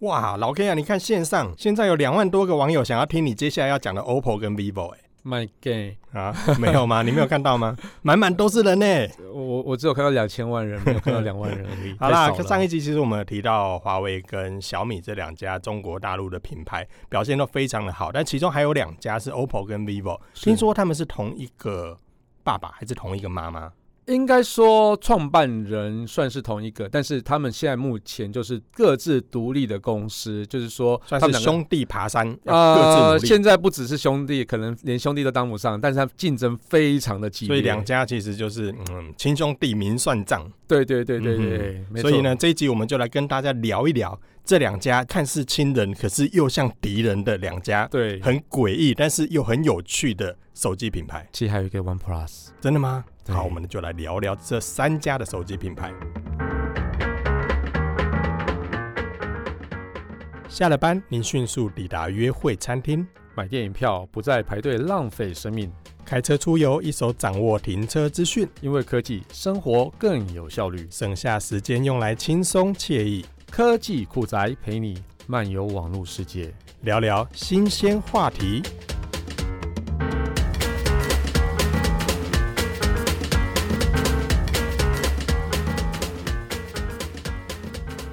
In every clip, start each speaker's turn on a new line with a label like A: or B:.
A: 哇，老 K 啊，你看线上现在有两万多个网友想要听你接下来要讲的 OPPO 跟 vivo 哎、
B: My gay，
A: 啊， 没有吗？你没有看到吗？ 满满都是 人呢、
B: 我我只有看到两千万人，没有看到两万人而 已。
A: 好
B: 太
A: 啦
B: 少，了
A: 上一集其实我们有提到华为跟小米这两家中国大陆的品牌表现都非常的好，但其中还有两家是 OPPO 跟 vivo，
B: 是
A: 听说他们是同一个爸爸还是同一个妈妈？
B: 应该说创办人算是同一个，但是他们现在目前就是各自独立的公司，就是说他
A: 算
B: 们
A: 是
B: 两个
A: 兄弟爬山，要各
B: 呃，
A: 自努力。
B: 现在不只是兄弟，可能连兄弟都当不上，但是他们竞争非常的激烈。
A: 所以两家其实就是嗯亲兄弟明算账。
B: 对对对对对，没错
A: 嗯所以，呢，这一集我们就来跟大家聊一聊这两家看似亲人，可是又像敌人的两家，
B: 对，
A: 很诡异但是又很有趣的手机品牌。
B: 其实还有一个 One Plus，
A: 真的吗？
B: 对
A: 好，我们就来聊聊这三家的手机品牌。下了班，您迅速抵达约会餐厅，
B: 买电影票不再排队浪费生命，
A: 开车出游，一手掌握停车资讯，
B: 因为科技生活更有效率。
A: 省下时间用来轻松惬意，
B: 科技酷宅陪你漫游网络世界。
A: 聊聊新鲜话题。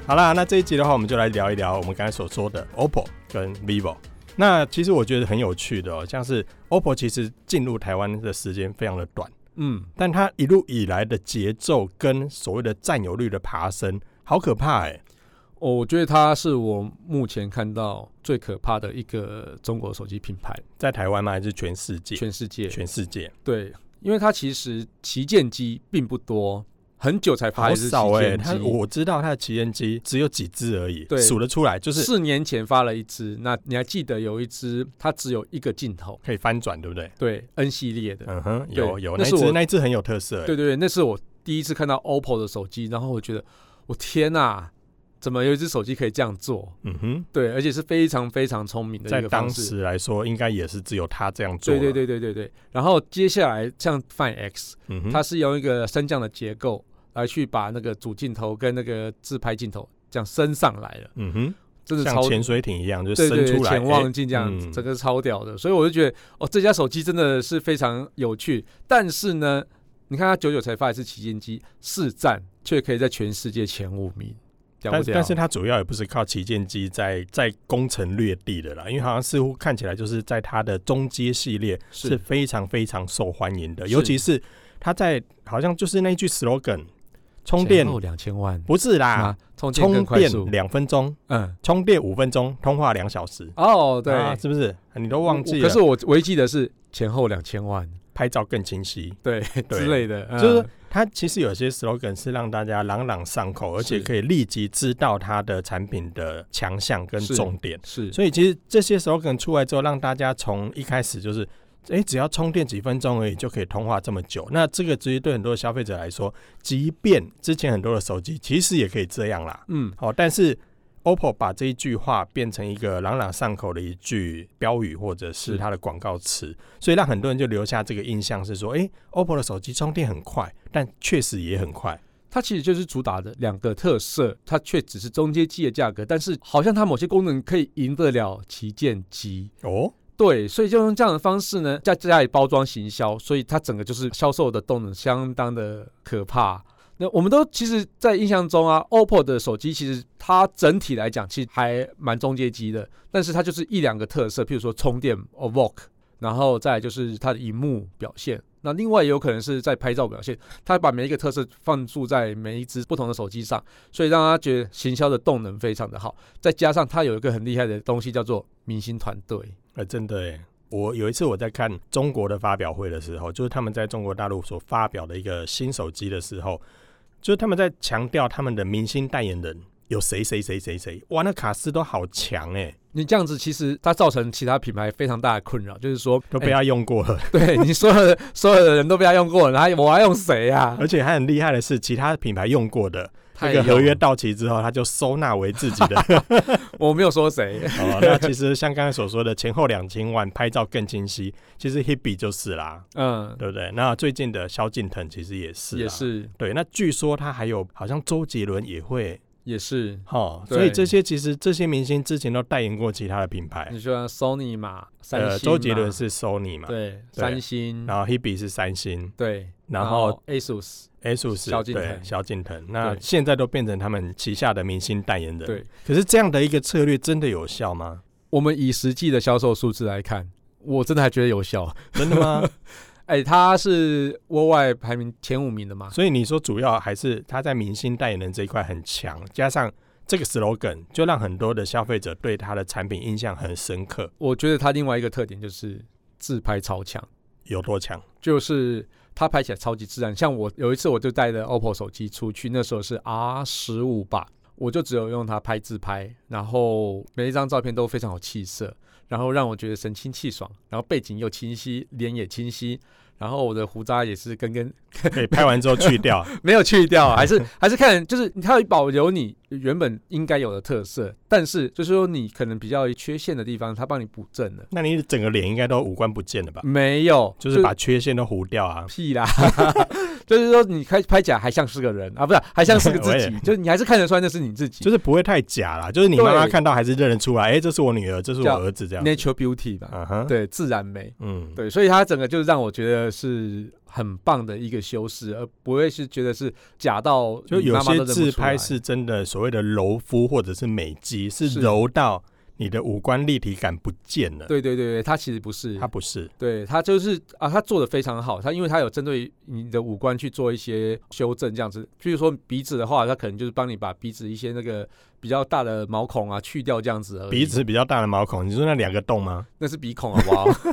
A: 好啦，那这一集的话，我们就来聊一聊我们刚才所说的 OPPO 跟 vivo。那其实我觉得很有趣的哦，像是 OPPO 其实进入台湾的时间非常的短，
B: 嗯，
A: 但它一路以来的节奏跟所谓的占有率的爬升，好可怕哎、
B: 哦我觉得它是我目前看到最可怕的一个中国手机品牌，
A: 在台湾吗？还是全世界？
B: 全世界。
A: 全世界。
B: 对，因为它其实旗舰机并不多，很久才发
A: 好
B: 一支旗
A: 少哎、
B: 舰
A: 他
B: 机。
A: 我知道他的旗舰机只有几只而已，
B: 对
A: 数得出来，就是
B: 四年前发了一支，那你还记得有一支它只有一个镜头，
A: 可以翻转，对不对？
B: 对 N 系列的，
A: 嗯哼，有
B: 对
A: 有
B: 那
A: 那
B: 是
A: 一只
B: 我
A: 那一只很有特色、欸，
B: 对对对，那是我第一次看到 OPPO 的手机，然后我觉得我天呐，怎么有一只手机可以这样做？
A: 嗯哼，
B: 对，而且是非常非常聪明的
A: 在
B: 一个
A: 当
B: 方式。
A: 时来说，应该也是只有他这样做，
B: 对对，对对对对。然后接下来像 Find X，、
A: 嗯哼，
B: 它是用一个升降的结构来去把那个主镜头跟那个自拍镜头这样升上来了，
A: 嗯哼，
B: 真的
A: 像
B: 超
A: 潜水艇一样，就
B: 对
A: 伸
B: 对对
A: 出来，
B: 潜望
A: 欸
B: 镜这样子，
A: 嗯
B: 整个超屌的。所以我就觉得哦，这家手机真的是非常有趣。但是呢，你看它久久才发一次旗舰机，市占却可以在全世界前五名，屌
A: 但
B: 不屌？
A: 但是它主要也不是靠旗舰机在在攻城略地的啦，因为好像似乎看起来就是在它的中阶系列是
B: 是
A: 非常非常受欢迎的，
B: 是
A: 尤其是它在好像就是那一句 slogan，充电
B: 两千万
A: 不是啦
B: 啊，，充电
A: 充
B: 更快
A: 电
B: 速。
A: 两分钟，
B: 嗯，
A: 充电五分钟，通话两小时。
B: 哦，对，
A: 啊是不是？你都忘记
B: 可
A: 了。
B: 是我唯一记得是前后两千万，
A: 拍照更清晰。
B: 对
A: 对
B: 之类的，嗯
A: 就是它其实有些 slogan 是让大家朗朗上口，而且
B: 是
A: 可以立即知道它的产品的强项跟
B: 是
A: 重点。
B: 是
A: 所以其实这些 slogan 出来之后，让大家从一开始就是，诶，只要充电几分钟而已，就可以通话这么久。那这个其实对很多消费者来说，即便之前很多的手机其实也可以这样啦。
B: 嗯，
A: 好，但是 OPPO 把这一句话变成一个朗朗上口的一句标语，或者是
B: 是
A: 它的广告词，所以让很多人就留下这个印象是说，诶 o p p o 的手机充电很快，但确实也很快。
B: 它其实就是主打的两个特色，它却只是中阶机的价格，但是好像它某些功能可以赢得了旗舰机。
A: 哦，
B: 对，所以就用这样的方式呢，在家里包装行销，所以它整个就是销售的动能相当的可怕。那我们都其实，在印象中啊，OPPO 的手机其实它整体来讲其实还蛮中阶机的，但是它就是一两个特色，譬如说充电 o v o k 然后再来就是它的荧幕表现。那另外也有可能是在拍照表现，它把每一个特色放注在每一只不同的手机上，所以让它觉得行销的动能非常的好。再加上它有一个很厉害的东西叫做明星团队，
A: 呃，真的诶。我有一次我在看中国的发表会的时候，就是他们在中国大陆所发表的一个新手机的时候，就是他们在强调他们的明星代言人有谁谁谁谁谁，哇，那卡斯都好强诶，
B: 你这样子，其实它造成其他品牌非常大的困扰，就是说
A: 都被、他用过了。
B: 哎对你所有的所有的人都被他用过，然后我还用 谁啊？
A: 而且还很厉害的是，其他品牌用过的
B: 太
A: 那
B: 有
A: 个合约，到期之后，他就收纳为自 己的。
B: 我没有说谁，
A: 哦，那其实像刚才所说的，前后两千万拍照更清晰，其实 Hebe 就是啦，
B: 嗯，
A: 对不对？那最 近的萧敬腾其实也是，啊
B: 也。是
A: 对，那据说他还有，好像周杰伦也会
B: 也是。
A: 哦，
B: 对
A: 所以这些其实这些明星之前都代言过其他的品牌
B: 你，说 Sony 嘛，嗯三星嘛、
A: 呃，周杰伦是 Sony 嘛，
B: 对，
A: 对
B: 三星，
A: 然后 Hebe 是三星，
B: 对，
A: 然后
B: ASUS，
A: ASUS
B: 萧敬腾
A: 对萧敬腾，那
B: 对
A: 现在都变成他们旗下的明星代言人。
B: 对，
A: 可是这样的一个策略真的有效吗？
B: 我们以实际的销售数字来看，我真的还觉得有效。
A: 真的吗？
B: 哎，它是 worldwide 排名前五名的嘛？
A: 所以你说主要还是他在明星代言人这一块很强，加上这个 slogan 就让很多的消费者对他的产品印象很深刻。
B: 我觉得它另外一个特点就是自拍超强，
A: 有多强？
B: 就是它拍起来超级自然。像我有一次我就带着 OPPO 手机出去，那时候是 R 十五吧，我就只有用它拍自拍，然后每一张照片都非常有气色，然后让我觉得神清气爽，然后背景又清晰，脸也清晰。然后我的胡渣也是根根
A: 对，拍完之后去掉，
B: 没有去掉，啊还是 还是看，就是它会保留你原本应该有的特色，但是就是说你可能比较缺陷的地方，它帮你补正了。
A: 那你整个脸应该都五官不见了吧？
B: 没有，
A: 就是把缺陷都糊掉啊。
B: 屁啦， 就是说你开拍起来还像是个人啊，不是，还像是个
A: 我
B: 自
A: 也
B: 己，就是你还是看得出来那是你自己，
A: 就是不会太假啦，就是你妈妈
B: 对
A: 看到还是认得出来，哎、这是我女儿，这是我
B: 叫
A: 儿子这样子。
B: natural beauty 吧，
A: 嗯哼，，
B: 对，自然美，
A: 嗯，
B: 对，所以它整个就是让我觉得是很棒的一个修饰，而不会是觉得是假到
A: 就
B: 你
A: 有
B: 妈妈都
A: 些
B: 认不
A: 自
B: 出
A: 拍
B: 来
A: 是真的所谓的柔肤或者是美肌，是
B: 是
A: 柔到你的五官立体感不见了。，
B: 对对对对，它其实不是，
A: 它不是。
B: 对他就是啊，他做的非常好。他因为他有针对你的五官去做一些修正，这样子。譬如说鼻子的话，他可能就是帮你把鼻子一些那个比较大的毛孔啊去掉，这样子而已。
A: 鼻子比较大的毛孔，你说那两个洞吗？
B: 那是鼻孔，好不好？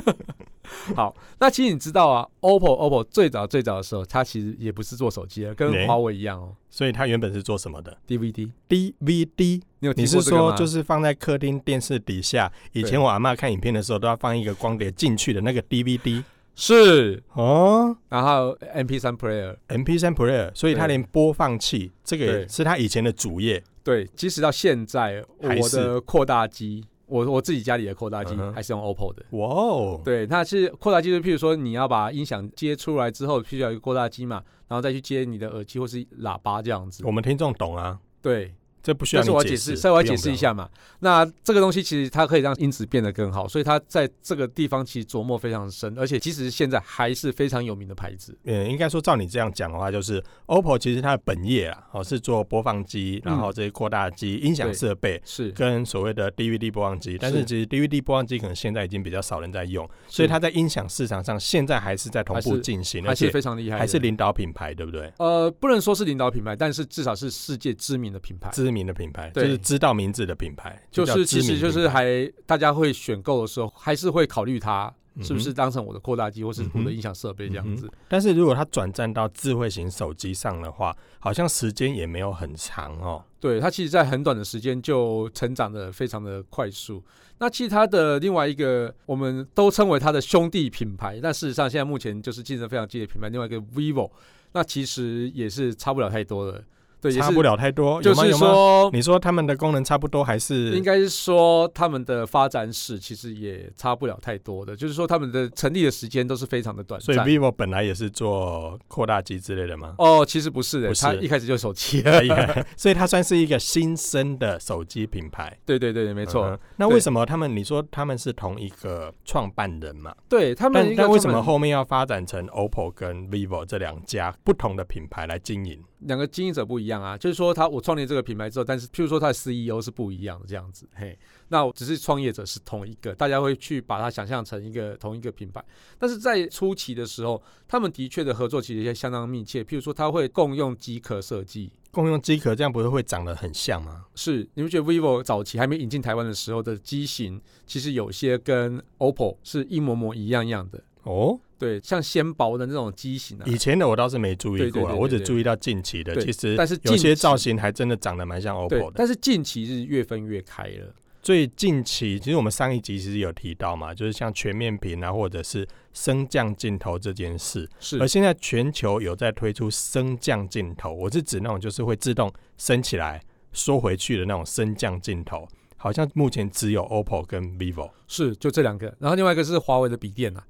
B: 好，那其实你知道啊，OPPO OPPO 最早最早的时候，它其实也不是做手机的，跟
A: 对
B: 华为一样哦
A: 所以它原本是做什么的
B: ，DVD。
A: ？DVD，
B: 你有
A: 你
B: 听
A: 是
B: 过这个
A: 说
B: 吗？
A: 就是是放在客厅电视底下？以
B: 对
A: 前我阿嬷看影片的时候都要放一个光碟进去的那个 DVD
B: 是，
A: 哦
B: 然后 MP3 player。
A: ，MP3 player，所以它
B: 对
A: 连播放器这个
B: 对
A: 也是它以前的主业。
B: 对，即使到现在，
A: 还
B: 我
A: 是
B: 的扩大机，我我自己家里的扩大机
A: 嗯哼
B: 还是用 OPPO 的。
A: 哇哦，
B: 对，那是扩大机，就譬如说你要把音响接出来之后，必须要有一个扩大机嘛，然后再去接你的耳机或是喇叭这样子
A: 我。们听众懂啊，
B: 对，
A: 这不需
B: 但
A: 要
B: 是
A: 你
B: 我要解
A: 解
B: 释，
A: 释，
B: 稍微要
A: 不
B: 解
A: 用
B: 释一。下嘛。那这个东西其实它可以让音质变得更好，所以它在这个地方其实琢磨非常深，而且其实现在还是非常有名的牌子。
A: 不用嗯，应该说照你这样讲的话，就是 OPPO 其实它的本业啊，哦是做播放机，然
B: 嗯
A: 后这些扩大机、音响设备。
B: 是，
A: 跟所谓的 DVD 播放机，但是
B: 是
A: 其实 DVD 播放机可能现在已经比较少人在用，所以它在音响市场上现在还是在同
B: 还
A: 步
B: 是
A: 进行，而
B: 还是
A: 且
B: 非常厉害的，
A: 还是领导品牌，对不对？
B: 呃，不能说是领导品牌，但是至少是世界知名的品牌。
A: 知名的品牌就
B: 对
A: 是知道名字的品牌，
B: 就
A: 叫
B: 是
A: 知
B: 其实
A: 名
B: 就
A: 品
B: 是
A: 牌
B: 还大家会选购的时候，还是会考虑它是不是
A: 嗯哼
B: 当成我的扩大机或是我
A: 嗯
B: 的
A: 哼
B: 音响设备这样子。
A: 但是如果它转战到智慧型手机上的话，好像时间也没有很长哦。
B: 对，它其实在很短的时间就成长的非常的快速。那其实它的另外一个，我们都称为它的兄弟品牌，但事实上现在目前就是竞争非常激烈的品牌。另外一个 vivo，那其实也是差不了太多的，对，也
A: 差
B: 是
A: 不了太多，
B: 就
A: 有吗
B: 是
A: 有吗
B: 说，
A: 你说他们的功能差不多，还是
B: 应该是说他们的发展史其实也差不了太多的，就是说他们的成立的时间都是非常的短
A: 所以
B: 暂。
A: vivo 本来也是做扩大机之类的吗？
B: 哦，其实不是的，
A: 不是
B: 它一开始就手机 了。
A: 哎呀所以它算是一个新生的手机品牌，
B: 对对对，没
A: 没
B: 错，
A: 那
B: 嗯对
A: 为什么他们你说他们是同一个创办人嘛？
B: 对他们
A: 但
B: 一个
A: 但为什
B: 专门
A: 么后面要发展成 OPPO 跟 vivo 这两家不同的品牌来经营？
B: 两个经营者不一样啊，就是说他我创立这个品牌之后，但是譬如说他的 CEO 是不一样的这样子，嘿，那我只是创业者是同一个，大家会去把它想象成一个同一个品牌，但是在初期的时候，他们的确的合作其实也相当密切，譬如说他会共用机壳设计。
A: 共用机壳这样不是会长得很像吗？
B: 是，你不觉得 vivo 早期还没引进台湾的时候的机型，其实有些跟 OPPO 是一模模一样样的，
A: 哦，
B: 对，像纤薄的那种机型啊，
A: 以前的我倒是没注意
B: 对对
A: 过了，啊
B: 对
A: 我只
B: 对
A: 注意到近期的，
B: 对
A: 其实
B: 但是
A: 有
B: 近期
A: 些造型还真的长得蛮像 OPPO
B: 对
A: 的，。
B: 但是近期是越分越开了。
A: 最近期，其实我们上一集其实有提到嘛，就是像全面屏啊，或者是升降镜头这件事。
B: 是
A: 而现在全球有在推出升降镜头，我是指那种就是会自动升起来、缩回去的那种升降镜头。好像目前只有 OPPO 跟 vivo，
B: 是，就这两个。然后另外一个是华为的笔电啊，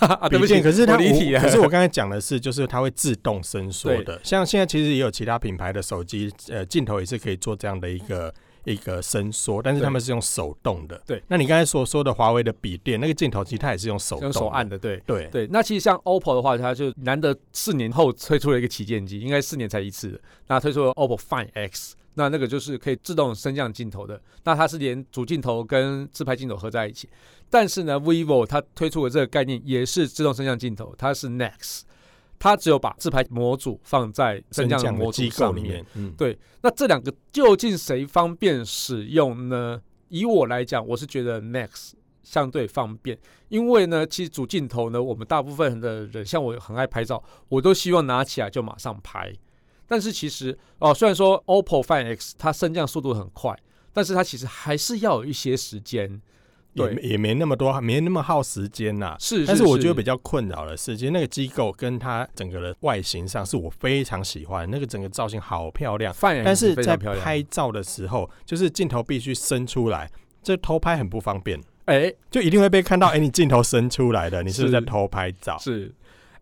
B: 啊，对不
A: 笔
B: 起，
A: 电可是它
B: 我离
A: 无
B: 题了
A: 可是我刚才讲的是，就是它会自动伸缩的。像现在其实也有其他品牌的手机，呃，镜头也是可以做这样的一个一个伸缩，但是
B: 对
A: 他们是用手动的。
B: 对，
A: 那你刚才所说的华为的笔电，那个镜头其实它也是用手动
B: 用
A: 的
B: 手按。的，对。
A: 对，
B: 对，那其实像 OPPO 的话，它就难得四年后推出了一个旗舰机，应该四年才一次的。那推出了 OPPO Find X，那那个就是可以自动升降镜头的，那它是连主镜头跟自拍镜头合在一起。但是呢，vivo 它推出的这个概念也是自动升降镜头，它是 Next，它只有把自拍模组放在升降
A: 降的
B: 模组
A: 机构
B: 上
A: 里
B: 面。
A: 面，嗯，
B: 对，那这两个究竟谁方便使用呢？以我来讲，我是觉得 Next 相对方便，因为呢，其实主镜头呢，我们大部分的人，像我很爱拍照，我都希望拿起来就马上拍。但是其实哦，虽然说 OPPO Find X 它升降速度很快，但是它其实还是要有一些时间。
A: 也
B: 对
A: 没也没那么多，没那么耗时间呐。
B: 是，
A: 但是我觉得比
B: 较
A: 较困扰的是，其实那个机构跟它整个的外形上是我非常喜欢，那个整个造型好漂亮。
B: Find X
A: 但是
B: 非
A: 在
B: 常漂亮
A: 拍照的时候，就是镜头必须伸出来，这偷拍很不方便，
B: 哎、
A: 就一定会被看到。哎、你镜头伸出来的，你是不是在
B: 是
A: 偷拍照？
B: 是，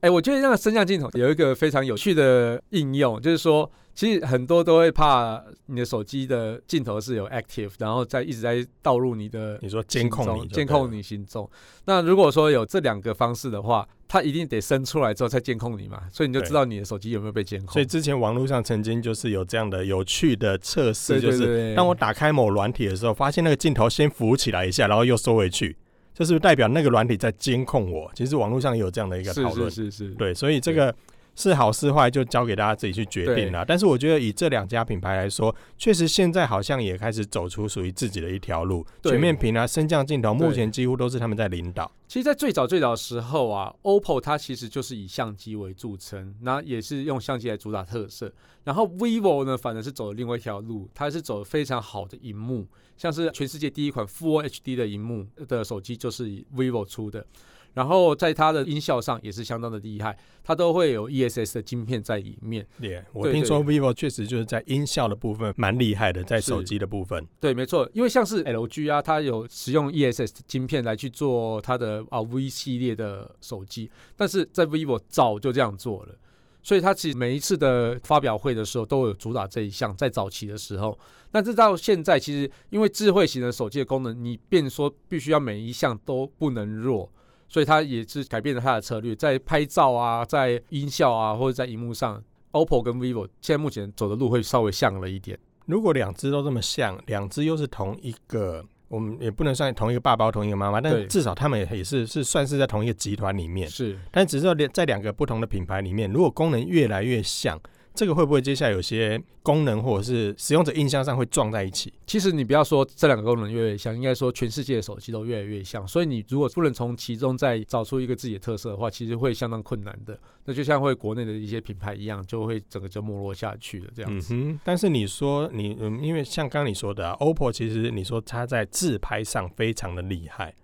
B: 哎、我觉得那个升降镜头有一个非常有趣的应用，就是说，其实很多都会怕你的手机的镜头是有 active，然后再一直在导入你的
A: 你说监控
B: 行
A: 你
B: 踪
A: 就对
B: 监
A: 了
B: 控你行踪。那如果说有这两个方式的话，它一定得伸出来之后再监控你嘛，所以你就
A: 对
B: 知道你的手机有没有被监控。
A: 所以之前网络上曾经就是有这样的有趣的测试，
B: 对
A: 就
B: 对
A: 是
B: 对，
A: 当我打开某软体的时候，发现那个镜头先浮起来一下，然后又收回去，这是不是代表那个软体在监控我？其实网络上也有这样的一个
B: 是
A: 讨
B: 是
A: 论。
B: 是是，
A: 对，所以这个是好是坏，就交给大家自己去决定啦。但是我觉得以这两家品牌来说，确实现在好像也开始走出属于自己的一条路，
B: 对
A: 全面屏啊、升降镜头，
B: 对
A: 目前几乎都是他们在领导。
B: 其实，在最早最早的时候啊，OPPO 它其实就是以相机为著称，那也是用相机来主打特色。然后 vivo 呢，反而是走了另外一条路，它是走非常好的荧幕，像是全世界第一款 Full HD 的荧幕的手机就是 vivo 出的。然后在它的音效上也是相当的厉害，它都会有 ESS 的晶片在里面。
A: 对，我
B: 对
A: 听
B: 对
A: 说 vivo 确实就是在音效的部分蛮厉害的，在手机的部分。
B: 对，没错，因为像是 LG 啊，它有使用 ESS 晶片来去做它的啊 V 系列的手机，但是在 vivo 早就这样做了，所以它其实每一次的发表会的时候都有主打这一项，在早期的时候，那这到现在其实因为智慧型的手机的功能，你变说必须要每一项都不能弱。所以它也是改变了它的策略，在拍照啊，在音效啊，或者在荧幕上，OPPO 跟 vivo 现在目前走的路会稍微像了一点。
A: 如果两只都这么像，两只又是同一个。我们也不能算同一个爸爸、同一个妈妈，但
B: 对
A: 至少他们也也是是算是在同一个集团里面。
B: 是，
A: 但只是两在两个不同的品牌里面，如果功能越来越像，这个会不会接下来有些功能或者是使用者印象上会撞在一起？
B: 其实你不要说这两个功能越来越像，应该说全世界的手机都越来越像。所以你如果不能从其中再找出一个自己的特色的话，其实会相当困难的。那就像会国内的一些品牌一样，就会整个就没落下去了这样
A: 嗯
B: 子。
A: 哼。但是你说你嗯，因为像刚刚你说的、啊、，OPPO 其实你说它在自拍上非常的厉害，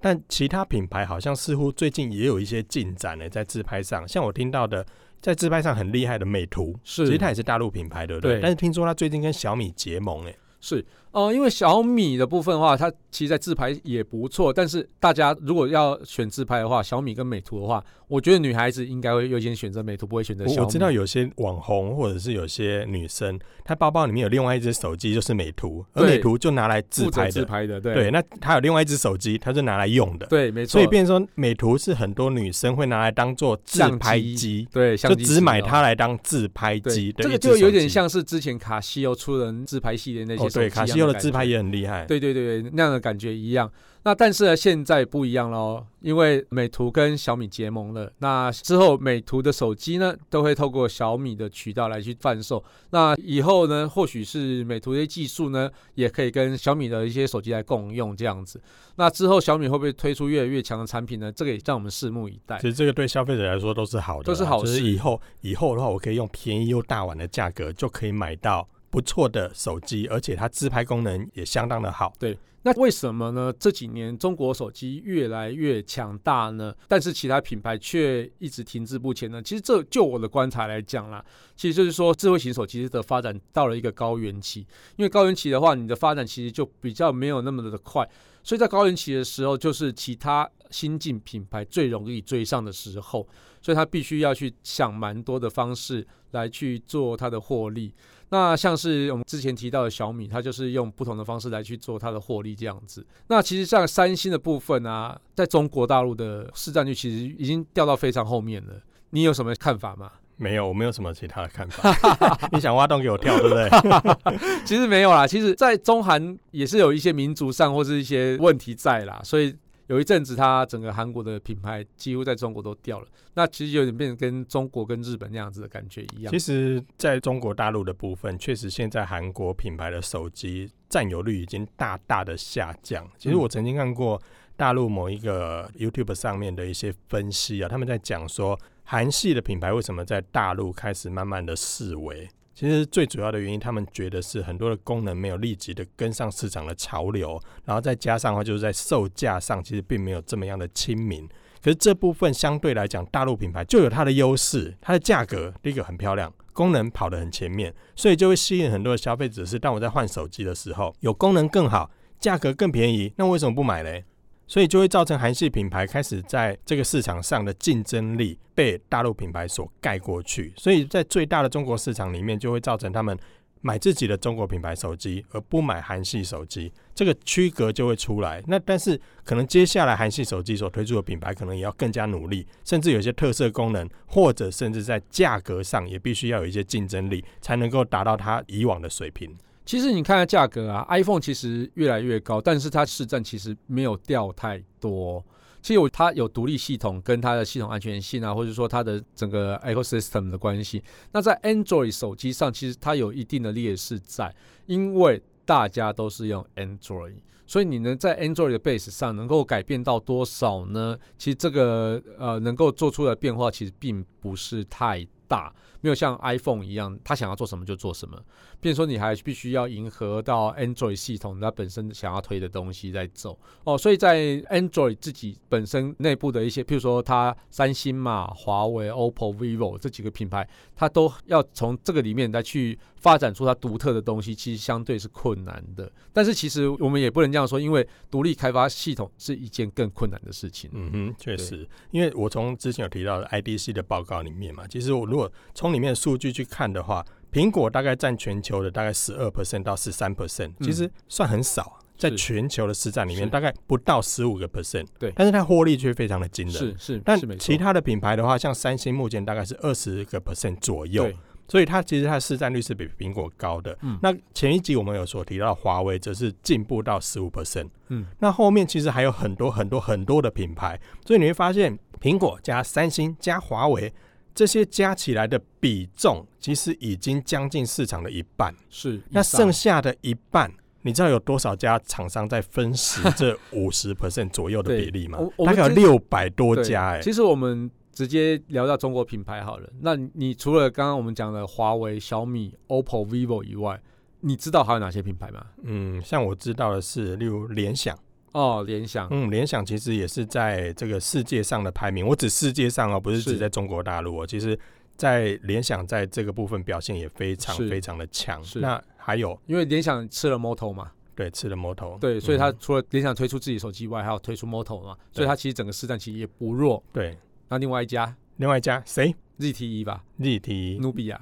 A: 但其他品牌好像似乎最近也有一些进展呢、欸在自拍上。像我听到的，在自拍上很厉害的美图，
B: 是
A: 其实它也是大陆品牌，对不对？
B: 对
A: 但是听说它最近跟小米结盟、欸，
B: 是，呃，因为小米的部分的话，它其实在自拍也不错，但是大家如果要选自拍的话，小米跟美图的话，我觉得女孩子应该会优先选择美图，不会选择小米。
A: 我我知道有些网红或者是有些女生，她包包里面有另外一只手机，就是美图，而
B: 对
A: 美图就拿来自
B: 负责
A: 拍
B: 自
A: 的。
B: 拍的，对
A: 对，那她有另外一只手机，她就拿来用的。
B: 对，没错。
A: 所以变成说，美图是很多女生会拿来当做自拍
B: 相
A: 机，
B: 对，相
A: 就
B: 机
A: 只买
B: 型哦
A: 它来当自拍机的
B: 对，这
A: 一
B: 个
A: 只
B: 就有点
A: 手机
B: 像是之前卡西欧出的自拍系列那些
A: 哦，
B: 手
A: 对，
B: 机一样
A: 卡
B: 感觉、
A: 西欧的自拍也很厉害。
B: 对对对对那样的感觉一样。那但是呢，现在不一样喽，因为美图跟小米结盟了。那之后美图的手机呢，都会透过小米的渠道来去贩售。那以后呢，或许是美图的技术呢，也可以跟小米的一些手机来共用这样子。那之后小米会不会推出越来越强的产品呢？这个也让我们拭目以待
A: 其。实这个对消费者来说都是好的啦，
B: 都是好
A: 就是
B: 事
A: 以后以后的话，我可以用便宜又大碗的价格就可以买到。不错的手机，而且它自拍功能也相当的好。
B: 那为什么呢？这几年中国手机越来越强大呢？但是其他品牌却一直停滞不前呢？其实这就我的观察来讲啦，其实就是说智慧型手机的发展到了一个高原期，因为高原期的话，你的发展其实就比较没有那么的快，所以在高原期的时候，就是其他新进品牌最容易追上的时候，所以它必须要去想蛮多的方式来去做它的获利。那像是我们之前提到的小米，它就是用不同的方式来去做它的获利这样子。那其实像三星的部分啊，在中国大陆的市占率其实已经掉到非常后面了。你有什么看法吗？
A: 没有，我没有什么其他的看法。你想挖洞给我跳，对不对？
B: 其实没有啦，其实在中韩也是有一些民族上或是一些问题在啦，所以有一阵子它整个韩国的品牌几乎在中国都掉了。那其实有点变得跟中国跟日本那样子的感觉一样
A: 其。实，在中国大陆的部分，确实现在韩国品牌的手机占有率已经大大的下降。其实
B: 嗯
A: 我曾经看过大陆某一个 YouTube 上面的一些分析啊，他们在讲说韩系的品牌为什么在大陆开始慢慢的式微。其实最主要的原因，他们觉得是很多的功能没有立即的跟上市场的潮流，然后再加上的话，就是在售价上其实并没有这么样的亲民。可是这部分相对来讲，大陆品牌就有它的优势，它的价格第一个很漂亮，功能跑得很前面，所以就会吸引很多的消费者是，当我在换手机的时候，有功能更好，价格更便宜，那为什么不买嘞？所以就会造成韩系品牌开始在这个市场上的竞争力被大陆品牌所盖过去，所以在最大的中国市场里面，就会造成他们买自己的中国品牌手机，而不买韩系手机，这个区隔就会出来。那但是可能接下来韩系手机所推出的品牌，可能也要更加努力，甚至有一些特色功能，或者甚至在价格上也必须要有一些竞争力，才能够达到它以往的水平。
B: 其实你看它价格啊，iPhone 其实越来越高，但是它市占其实没有掉太多。其实我它有独立系统跟它的系统安全性啊，或者说它的整个 ecosystem 的关系。那在 Android 手机上，其实它有一定的劣势在，因为大家都是用 Android，所以你能在 Android 的 base 上能够改变到多少呢？其实这个呃能够做出的变化其实并不是太大，没有像 iPhone 一样，它想要做什么就做什么。变成说你还必须要迎合到 Android 系统它本身想要推的东西在走哦，所以在 Android 自己本身内部的一些，譬如说它三星嘛、华为、OPPO、vivo 这几个品牌，它都要从这个里面来去发展出它独特的东西，其实相对是困难的。但是其实我们也不能这样说，因为独立开发系统是一件更困难的事情。
A: 嗯哼，确实，因为我从之前有提到的 IDC 的报告里面嘛，其实我如果从里面的数据去看的话，苹果大概占全球的大概十二 percent 到十三 percent，其实算很少，啊在全球的市占里面
B: 嗯是
A: 大概不到十五个 percent，
B: 对
A: 但是它获利却非常的惊人。
B: 是是，
A: 但
B: 是没错
A: 其他的品牌的话，像三星目前大概是二十个 percent 左右，
B: 对
A: 所以它其实它的市占率是比苹果高的。
B: 嗯
A: 那前一集我们有所提到，华为则是进步到十五 percent。
B: 嗯，
A: 那后面其实还有很多很多很多的品牌，所以你会发现，苹果加三星加华为这些加起来的比重，其实已经将近市场的一半。
B: 是
A: 那
B: 以上
A: 剩下的一半，你知道有多少家厂商在分食这五十 percent 左右的
B: 对
A: 比例吗
B: 我？我
A: 大
B: 们
A: 概有
B: 之前
A: 六百多
B: 对，
A: 家哎、
B: 其实我们直接聊到中国品牌好了。那你你除了刚刚我们讲的华为、小米、OPPO、vivo 以外，你知道还有哪些品牌吗？
A: 嗯，像我知道的是，例如联想，
B: 哦，联想。
A: 嗯，联想其实也是在这个世界上的排名，我指世界上哦，不是指
B: 是
A: 在中国大陆哦，其实。在联想在这个部分表现也非常
B: 是
A: 非常的强。
B: 是
A: 那还有
B: 因为联想吃了 Moto 嘛，
A: 对吃了魔头，
B: 对，所以它
A: 嗯
B: 除了联想推出自己手机以外，还有推出 Moto 嘛，所
A: 对
B: 以它其实整个市占其实也不弱。
A: 对
B: 那另外一家
A: 另外一家谁
B: ZTE 吧
A: ？ZT
B: ，Nubia，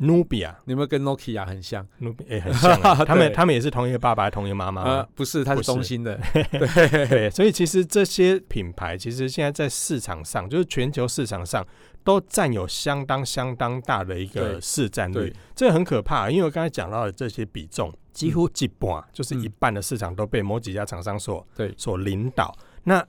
A: Nubia
B: 你有没有跟 Nokia 很像？
A: Nubia 也很像 啊，他们
B: 对
A: 他们也是同一个爸爸同一个妈妈吗
B: 呃，不是，它
A: 啊不
B: 是
A: 是
B: 中兴的。
A: 对，所以其实这些品牌其实现在在市场上，就是全球市场上都占有相当相当大的一个
B: 对
A: 市占率
B: 对，，
A: 这很可怕。啊因为我刚才讲到的这些比重，几乎一半，就是
B: 嗯
A: 一半的市场都被某几家厂商所
B: 对
A: 所领导。那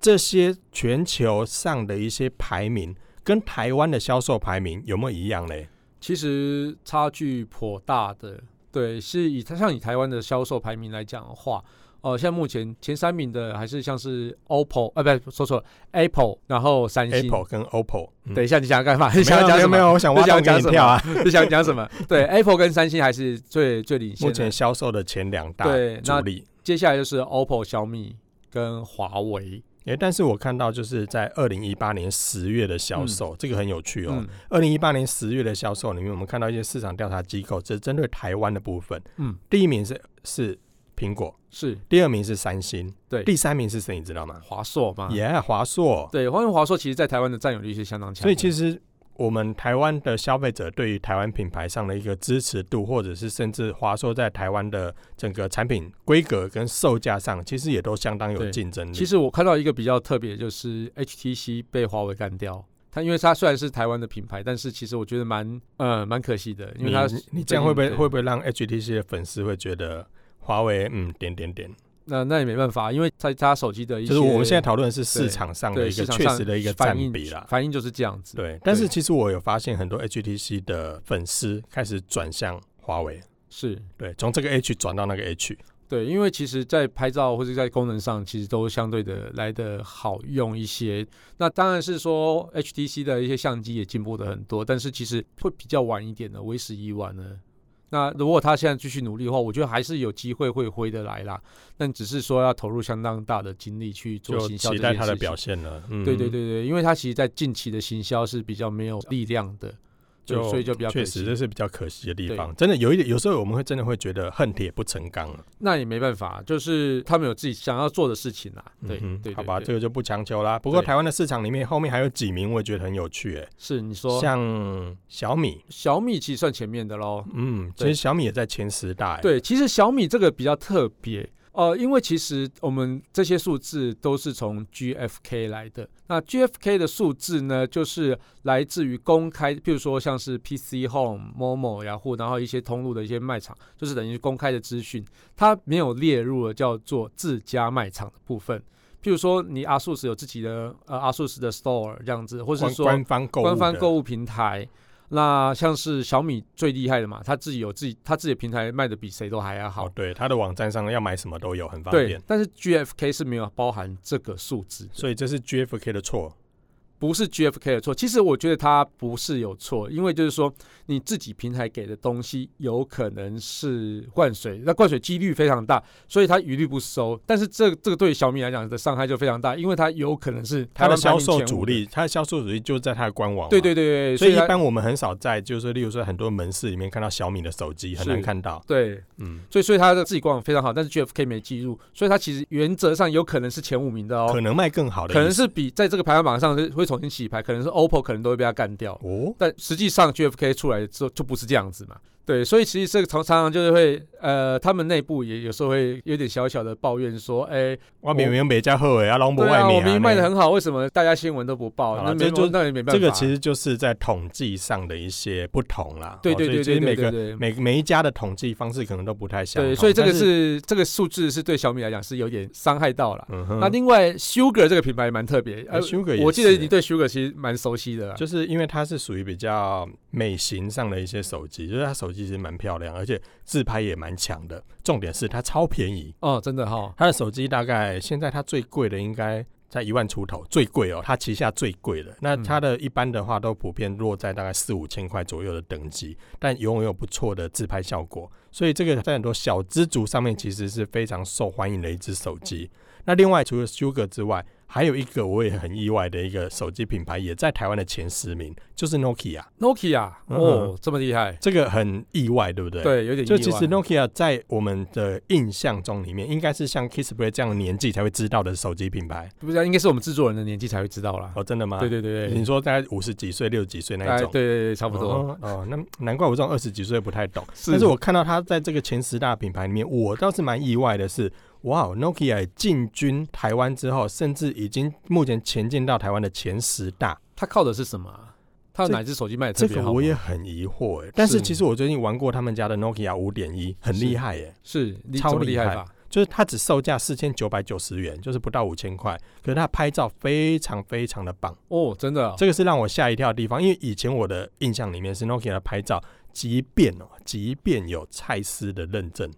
A: 这些全球上的一些排名，跟台湾的销售排名有没有一样嘞？
B: 其实差距颇大的。对，是以它像以台湾的销售排名来讲的话，呃，现在目前前三名的还是像是 OPPO，啊，不，说错了，Apple，然后三星。
A: Apple 跟 OPPO，、嗯、
B: 等一下，你想干嘛？ 你
A: 没
B: 想
A: 有
B: 要讲
A: 没
B: 什
A: 有
B: 么
A: 没？有，我想挖
B: 你想
A: 洞给
B: 讲
A: 你
B: 什么
A: 跳啊！
B: 你想讲什么？对，Apple 跟三星还是最最领先
A: 目
B: 的。
A: 前销售的前两大
B: 对，
A: 主
B: 那
A: 力。
B: 接下来就是 OPPO、小米跟华为。
A: 诶，但是我看到就是在二零一八年十月的销售，这个很有趣哦。
B: 嗯
A: 二零一八年十月的销售里面，我们看到一些市场调查机构，这针对台湾的部分，
B: 嗯，
A: 第一名是是苹果，
B: 是
A: 第二名是三星，
B: 对
A: 第三名是谁？你知道吗？
B: 华硕嘛？
A: 耶、华硕。
B: 对，因为华硕其实在台湾的占有率是相当强的。
A: 所以其实我们台湾的消费者对于台湾品牌上的一个支持度，或者是甚至华硕在台湾的整个产品规格跟售价上，其实也都相当有
B: 对
A: 竞争力。
B: 其实我看到一个比较特别，就是 HTC 被华为干掉。它因为它虽然是台湾的品牌，但是其实我觉得蛮呃蛮可惜的，因为它
A: 你你这样会不会
B: 对
A: 会不会让 HTC 的粉丝会觉得华为嗯点点点？
B: 那那也没办法，因为在它手机的一些
A: 就是我们现在讨论的是市场上的
B: 对
A: 一个
B: 市场
A: 确
B: 上
A: 实的一个占
B: 反应
A: 比啦。
B: 反应就是这样子。
A: 对，但是其实我有发现很多 HTC 的粉丝开始转向华为，
B: 是
A: 对，从这个 H 转到那个 H，
B: 对，因为其实，在拍照或者在功能上，其实都相对的来的好用一些。那当然是说 HTC 的一些相机也进步的很多，但是其实会比较晚一点的，为时已晚了。那如果他现在继续努力的话，我觉得还是有机会会回得来啦。但只是说要投入相当大的精力去做
A: 就
B: 行销
A: 期
B: 这
A: 待
B: 件
A: 它的
B: 事情
A: 表现了。嗯，
B: 对对对对，因为他其实在近期的行销是比较没有力量的，对
A: 就
B: 所以就比较可
A: 确实，这
B: 惜。
A: 是比较可惜的地方。真的有一点，有时候我们会真的会觉得恨铁不成钢了。
B: 那也没办法，就是他们有自己想要做的事情啦。对、
A: 嗯哼
B: 对，对
A: 好吧，
B: 对
A: 这个就不强求啦。不过
B: 对
A: 台湾的市场里面，后面还有几名我也觉得很有趣、欸，
B: 是你说
A: 像小米，
B: 小米其实算前面的喽。
A: 嗯，其
B: 对
A: 实小米也在前十大、欸，
B: 对，其实小米这个比较特别，呃，因为其实我们这些数字都是从 GFK 来的。那 GFK 的数字呢，就是来自于公开，譬如说像是 PC Home、Momo、雅虎，然后一些通路的一些卖场，就是等于公开的资讯，它没有列入了叫做自家卖场的部分。譬如说，你阿素斯有自己的呃阿素斯的 store 这样子，或是
A: 官
B: 说
A: 官方购物的，
B: 官方购物平台。那像是小米最厉害的嘛，它自己有自己它自己的平台卖的比谁都还要好
A: 哦，。对，它的网站上要买什么都有，很方
B: 对
A: 便。，
B: 但是 GFK 是没有包含这个数字的，
A: 所以这是 GFK 的错，
B: 不是 GFK 的错。其实我觉得它不是有错，因为就是说你自己平台给的东西有可能是灌水，那灌水几率非常大，所以它一律不收。但是这这个对于小米来讲的伤害就非常大，因为它有可能是
A: 它
B: 台
A: 的
B: 湾排
A: 销
B: 名
A: 售
B: 前五
A: 主
B: 的，
A: 力，它的销售主力就在它的官网嘛。
B: 对对对对，
A: 所以一
B: 它
A: 般我们很少在，就是例如说很多门市里面看到小米的手机，很
B: 是
A: 难看到。
B: 对
A: 嗯，
B: 所以所以他的自己官网非常好，但是 GFK 没记录，所以他其实原则上有可能是前五名的哦
A: 可，能卖更好的意思，
B: 可能是比在这个排行榜上是会重新洗牌，可能是 OPPO 可能都会被他干掉，
A: 哦，
B: 但实际上 GFK 出来之后就不是这样子嘛。对，所以其实这个常常常就是会，呃，他们内部也有时候会有点小小的抱怨说，哎，
A: 我明明没加后尾啊，龙博
B: 对
A: 外
B: 啊，我
A: 面
B: 明明卖的
A: 呢
B: 很好，为什么大家新闻都不报？
A: 好啦
B: 那
A: 这
B: 没
A: 就
B: 那也没办
A: 这
B: 法。
A: 个其实就是在统计上的一些不同啦。
B: 对
A: 哦
B: 对
A: 所以
B: 对
A: 其
B: 对
A: 实
B: 对
A: 每
B: 对
A: 个
B: 对。
A: 每每一家的统计方式可能都不太相同。
B: 对，所以这个
A: 但是
B: 是这个数字是对小米来讲是有点伤害到了。
A: 嗯哼，
B: 那另外，Sugar 这个品牌也蛮特别，呃
A: 哎 Sugar 也
B: 我记得
A: 是啊
B: 你对 Sugar 其实蛮熟悉的啦，
A: 就是因为它是属于比较美型上的一些手机，就是它手机其实蛮漂亮，而且自拍也蛮强的。重点是它超便宜，
B: 哦，真的哈，
A: 它的手机大概现在它最贵的应该在一万出头，最贵哦，它旗下最贵的。那
B: 嗯
A: 它的一般的话都普遍落在大概四五千块左右的等级，但拥有不错的自拍效果，所以这个在很多小资族上面其实是非常受欢迎的一只手机。那另外除了 Sugar 之外，还有一个我也很意外的一个手机品牌，也在台湾的前十名，就是 Nokia。
B: Nokia
A: 嗯
B: 哦，这么厉害，
A: 这个很意外，对不对？。
B: 对，有点
A: 就
B: 意
A: 其实
B: 外
A: Nokia 在我们的印象中里面，应该是像 Kissplay 这样的年纪才会知道的手机品牌。
B: 不知道应该是我们制作人的年纪才会知道啦。
A: 哦，真的吗？
B: 嗯对对对
A: 你
B: 对，
A: 说大概五十几岁、六十几岁那
B: 哎
A: 一
B: 对
A: 种，
B: 对对，差
A: 差
B: 不多。
A: 哦哦那难怪我这种二十几岁不太懂。
B: 是
A: 但是我看到它在这个前十大品牌里面，我倒是蛮意外的是，哇，Nokia 也进军台湾之后，甚至已经目前前进到台湾的前十大。
B: 他靠的是什么啊？他有
A: 这
B: 哪只手机卖的特
A: 这
B: 别
A: 个
B: 好吗？
A: 我也很疑惑哎、但是
B: 是
A: 其实我最近玩过他们家的 Nokia 五点一，很
B: 是
A: 厉害哎耶、
B: 是你
A: 超
B: 这么厉
A: 厉害
B: 吧？
A: 就是它只售价四千九百九十元，就是不到五千块，可是它拍照非常非常的棒，
B: 哦，真的啊，
A: 这个是让我吓一跳的地方，因为以前我的印象里面是 Nokia 的拍照即便哦，即便有蔡司的认证，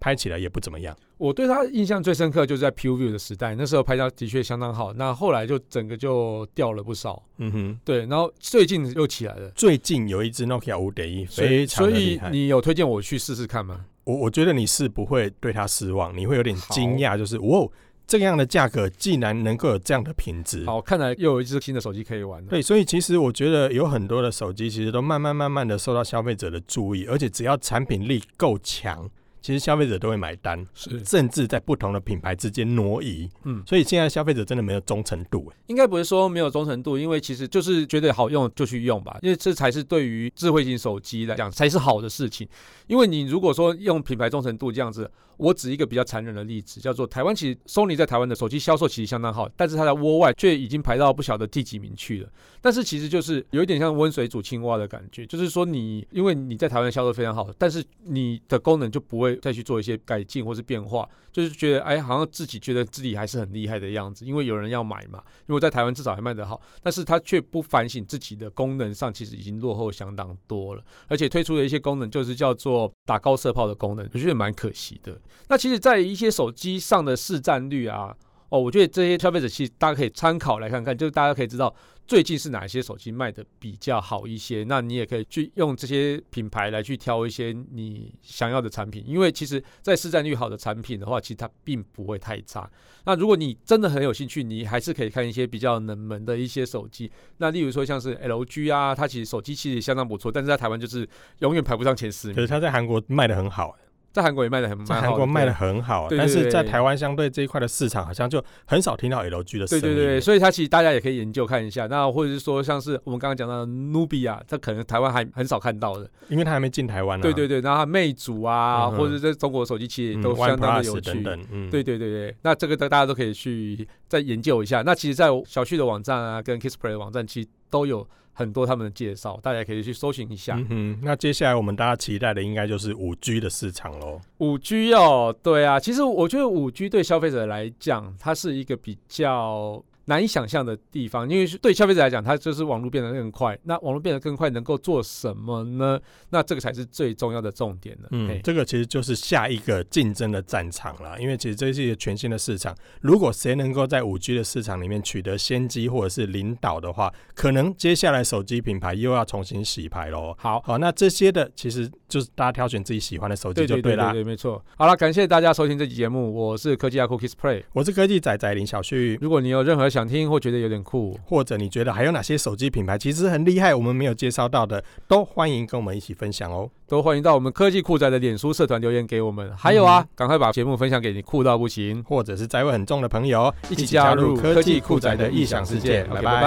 A: 拍起来也不怎么样。
B: 我对他印象最深刻就是在 PureView 的时代，那时候拍照的确相当好，那后来就整个就掉了不少。
A: 嗯哼，
B: 对，然后最近又起来了，
A: 最近有一只 Nokia 五点一
B: 所以
A: 非常
B: 所
A: 的厉
B: 以
A: 害，
B: 你有推荐我去试试看吗？
A: 我我觉得你是不会对它失望，你会有点
B: 好
A: 惊讶，就是哇，这样的价格竟然能够有这样的品质。
B: 好，看来又有一只新的手机可以玩了。
A: 对，所以其实我觉得有很多的手机其实都慢慢慢慢的受到消费者的注意，而且只要产品力够强，其实消费者都会买单，
B: 是，
A: 甚至在不同的品牌之间挪移。
B: 嗯，
A: 所以现在消费者真的没有忠诚度。欸
B: 应该不是说没有忠诚度，因为其实就是觉得好用就去用吧，因为这才是对于智慧型手机来讲才是好的事情。因为你如果说用品牌忠诚度这样子，我指一个比较残忍的例子，叫做台湾其实 Sony 在台湾的手机销售其实相当好，但是它在窝外却已经排到不晓得第几名去了。但是其实就是有一点像温水煮青蛙的感觉，就是说你因为你在台湾销售非常好，但是你的功能就不会再去做一些改进或是变化，就是觉得哎好像自己觉得自己还是很厉害的样子，因为有人要买嘛。如果在台湾至少还卖得好，但是它却不反省自己的功能上其实已经落后相当多了，而且推出的一些功能就是叫做打高射炮的功能，我觉得蛮可惜的。那其实，在一些手机上的市占率啊，哦，我觉得这些消费者其实大家可以参考来看看，就是大家可以知道最近是哪些手机卖的比较好一些，那你也可以去用这些品牌来去挑一些你想要的产品，因为其实，在市占率好的产品的话，其实它并不会太差。那如果你真的很有兴趣，你还是可以看一些比较冷门的一些手机。那例如说像是 LG 啊，它其实手机其实相当不错，但是在台湾就是永远排不上前十
A: 可
B: 名
A: 是，它在韩国卖的很好，欸
B: 在韩国也卖的很蛮好
A: 在
B: 的。
A: 韩国卖
B: 对
A: 的很好啊，
B: 对对
A: 但是在
B: 对
A: 台湾相对这一块的市场，好像就很少听到 LG 的声
B: 对
A: 音。欸
B: 对对，所以它其实大家也可以研究看一下。那或者是说，像是我们刚刚讲到的 Nubia，这可能台湾还很少看到的。
A: 因为它还没进台湾呢、啊。
B: 对对对，然后魅族啊，
A: 嗯哼
B: 或者在中国手机其实
A: 嗯，
B: 也都相当的
A: OnePlus
B: 有趣。
A: 等等，嗯，
B: 对对对对，那这个大家都可以去再研究一下。那其实，在小旭的网站啊，跟 Kissplay 的网站，其实都有很多他们的介绍，大家可以去搜寻一下。
A: 嗯哼，那接下来我们大家期待的应该就是五 G 的市场喽。
B: 五 G 哦，对啊，其实五 G 五 G 对消费者来讲，它是一个比较难以想象的地方，因为是对消费者来讲，它就是网络变得更快。那网络变得更快，能够做什么呢？那这个才是最重要的重点了。
A: 嗯
B: 嗯，，
A: 这个其实就是下一个竞争的战场啦，因为其实这是一个全新的市场，如果谁能够在五 G 的市场里面取得先机或者是领导的话，可能接下来手机品牌又要重新洗牌喽。
B: 好，
A: 好，那这些的其实就是大家挑选自己喜欢的手机
B: 对
A: 就
B: 对对
A: 啦。
B: 对对，没错。好了，感谢大家收听这期节目，我是科技阿酷 Kiss Play。
A: 我是科技仔仔林小旭，
B: 如果你有任何想听或觉得有点酷，
A: 或者你觉得还有哪些手机品牌其实很厉害，我们没有介绍到的，都欢迎跟我们一起分享哦。
B: 都欢迎到我们科技酷宅的脸书社团留言给我们。还有啊，
A: 嗯
B: 赶快把节目分享给你酷到不行。
A: 或者是宅味很重的朋友，哦
B: 一起加入科技酷宅的异想世界。
A: 拜拜
B: OK，拜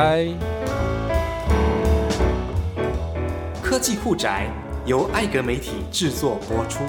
B: 拜
C: 科技酷宅由艾格媒体制作播出。